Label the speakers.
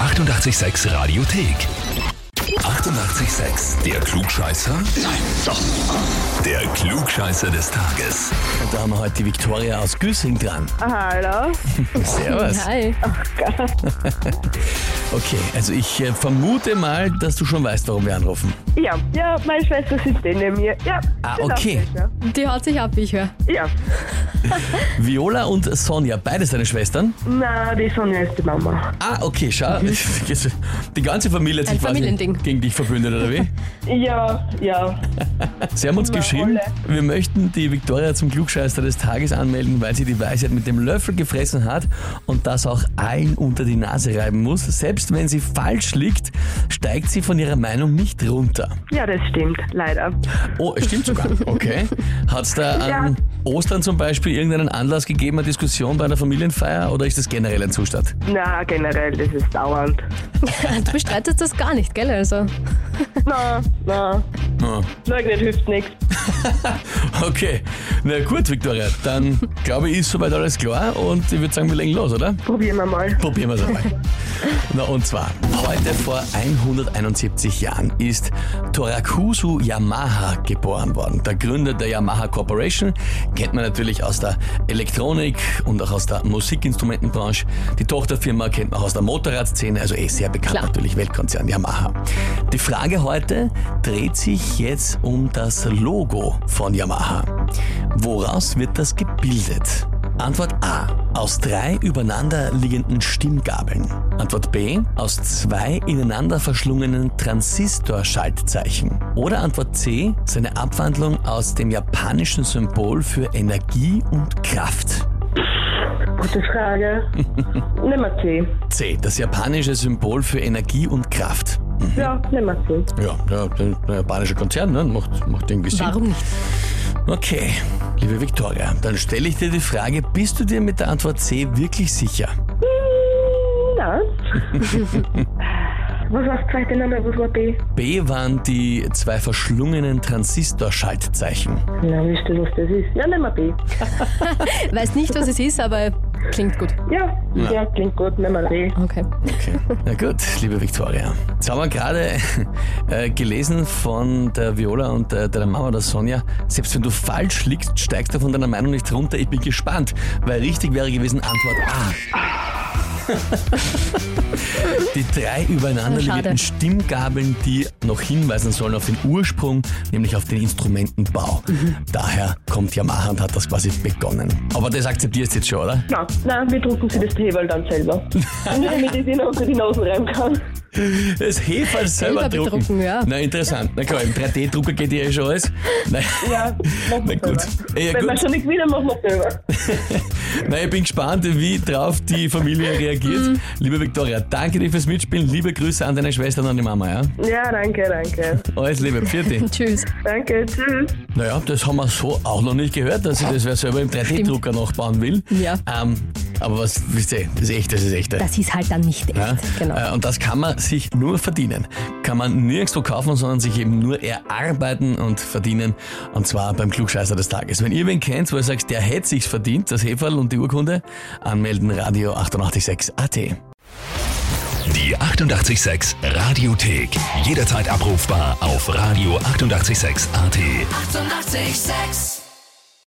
Speaker 1: 886 Radiothek. 88,6. Der Klugscheißer? Nein, doch. Der Klugscheißer des Tages.
Speaker 2: Und da haben wir heute die Viktoria aus Güssing dran.
Speaker 3: Hallo.
Speaker 2: Servus.
Speaker 4: Hi.
Speaker 2: Okay, also ich äh, vermute mal, dass du schon weißt, warum wir anrufen.
Speaker 3: Ja, ja, meine Schwester sitzt eh neben mir. Ja.
Speaker 2: Ah,
Speaker 3: das
Speaker 2: okay.
Speaker 3: ist auch besser.
Speaker 4: Die haut sich ab, wie ich höre.
Speaker 3: Ja.
Speaker 2: Viola und Sonja, beides deine Schwestern.
Speaker 3: Na, die Sonja ist die Mama.
Speaker 2: Ah, okay, schau. Die ganze Familie hat sich
Speaker 4: Mhm. Ein Familiending.
Speaker 2: quasi gegen dich verbündet, oder wie?
Speaker 3: Ja, ja.
Speaker 2: Sie haben uns
Speaker 3: Immer
Speaker 2: geschrieben,
Speaker 3: alle.
Speaker 2: wir möchten die Viktoria zum Klugscheißer des Tages anmelden, weil sie die Weisheit mit dem Löffel gefressen hat und das auch allen unter die Nase reiben muss. Selbst wenn sie falsch liegt, steigt sie von ihrer Meinung nicht runter.
Speaker 3: Ja, das stimmt, leider.
Speaker 2: Oh, es stimmt sogar. Okay. Hat es da an
Speaker 3: Ja.
Speaker 2: Ostern zum Beispiel irgendeinen Anlass gegeben, eine Diskussion bei einer Familienfeier oder ist das generell ein Zustand?
Speaker 3: Na, generell, das ist dauernd.
Speaker 4: Du bestreitest das gar nicht, gell? Also,
Speaker 3: Na, na.
Speaker 2: Ah,
Speaker 3: Leugnet hilft nichts.
Speaker 2: Okay. Na gut, Viktoria, dann glaube ich, ist soweit alles klar und ich würde sagen, wir legen los, oder?
Speaker 3: Probieren wir mal.
Speaker 2: Probieren wir es einmal. Na und zwar, heute vor 171 Jahren ist Torakusu Yamaha geboren worden. Der Gründer der Yamaha Corporation kennt man natürlich aus der Elektronik und auch aus der Musikinstrumentenbranche. Die Tochterfirma kennt man auch aus der Motorradszene, also eh sehr bekannt
Speaker 4: Klar.
Speaker 2: natürlich, Weltkonzern Yamaha. Die Frage heute dreht sich jetzt um das Logo von Yamaha. Woraus wird das gebildet? Antwort A. Aus drei übereinander liegenden Stimmgabeln. Antwort B. Aus zwei ineinander verschlungenen Transistorschaltzeichen. Oder Antwort C. Seine Abwandlung aus dem japanischen Symbol für Energie und Kraft.
Speaker 3: Gute Frage. nimm mal C.
Speaker 2: C. Das japanische Symbol für Energie und Kraft.
Speaker 3: Ja, nimm mal C.
Speaker 2: Ja, der, der, der japanische Konzern ne? macht, macht irgendwie Sinn.
Speaker 4: warum nicht?
Speaker 2: Okay, liebe Viktoria, dann stelle ich dir die Frage, bist du dir mit der Antwort C wirklich sicher?
Speaker 3: Na. Was war das zweite Name? Was war B?
Speaker 2: B waren die zwei verschlungenen Transistorschaltzeichen.
Speaker 3: Na, wisst ihr, was das ist? Ja, nimm mal B.
Speaker 4: Weiß nicht, was es ist, aber klingt gut.
Speaker 3: Ja, ja, klingt gut, nimm mal B.
Speaker 4: Okay.
Speaker 2: Okay. Na gut, liebe Viktoria. Jetzt haben wir gerade äh, gelesen von der Viola und äh, deiner Mama, der Sonja, selbst wenn du falsch liegst, steigst du von deiner Meinung nicht runter. Ich bin gespannt, weil richtig wäre gewesen Antwort A. Die drei übereinander
Speaker 4: Schade.
Speaker 2: liegenden Stimmgabeln, die noch hinweisen sollen auf den Ursprung, nämlich auf den Instrumentenbau. Daher kommt Yamaha und hat das quasi begonnen. Aber das akzeptierst du jetzt schon, oder?
Speaker 3: Na, na, wir drucken sie das Tebel dann selber. Nur damit ich sie noch unter die nou Nase reiben kann.
Speaker 2: Das Heferl selber
Speaker 4: Selber
Speaker 2: drucken.
Speaker 4: bedrucken, ja.
Speaker 2: Na, interessant. Na klar, im 3D-Drucker geht ja eh schon alles. Na,
Speaker 3: Ja, machen
Speaker 2: na
Speaker 3: wir
Speaker 2: gut.
Speaker 3: selber.
Speaker 2: Eh, Ja,
Speaker 3: Wenn wir
Speaker 2: gut.
Speaker 3: schon nichts wieder machen, machen wir selber.
Speaker 2: Na, ich bin gespannt, wie drauf die Familie
Speaker 4: Mhm.
Speaker 2: reagiert. Liebe Viktoria, danke dir fürs Mitspielen. Liebe Grüße an deine Schwester und an die Mama. Ja?
Speaker 3: Ja, danke, danke.
Speaker 2: Alles Liebe, Pfiat
Speaker 4: Tschüss.
Speaker 3: Danke, tschüss.
Speaker 2: Naja, das haben wir so auch noch nicht gehört, dass ich das wer selber im 3D-Drucker nachbauen will.
Speaker 4: Ja.
Speaker 2: Ähm, aber was, wisst ihr, das ist echt, das ist echt.
Speaker 4: Das ist halt dann nicht echt.
Speaker 2: Ja?
Speaker 4: Genau.
Speaker 2: Äh, Und das kann man sich nur verdienen. Kann man nirgendwo kaufen, sondern sich eben nur erarbeiten und verdienen. Und zwar beim Klugscheißer des Tages. Wenn ihr wen kennt, wo ihr sagt, der hätte sich's verdient, das Heferl und die Urkunde, anmelden Radio 886 AT.
Speaker 1: Die 88,6 Radiothek. Jederzeit abrufbar auf radio886.at. 88,6.
Speaker 5: Eighty-eight, sex.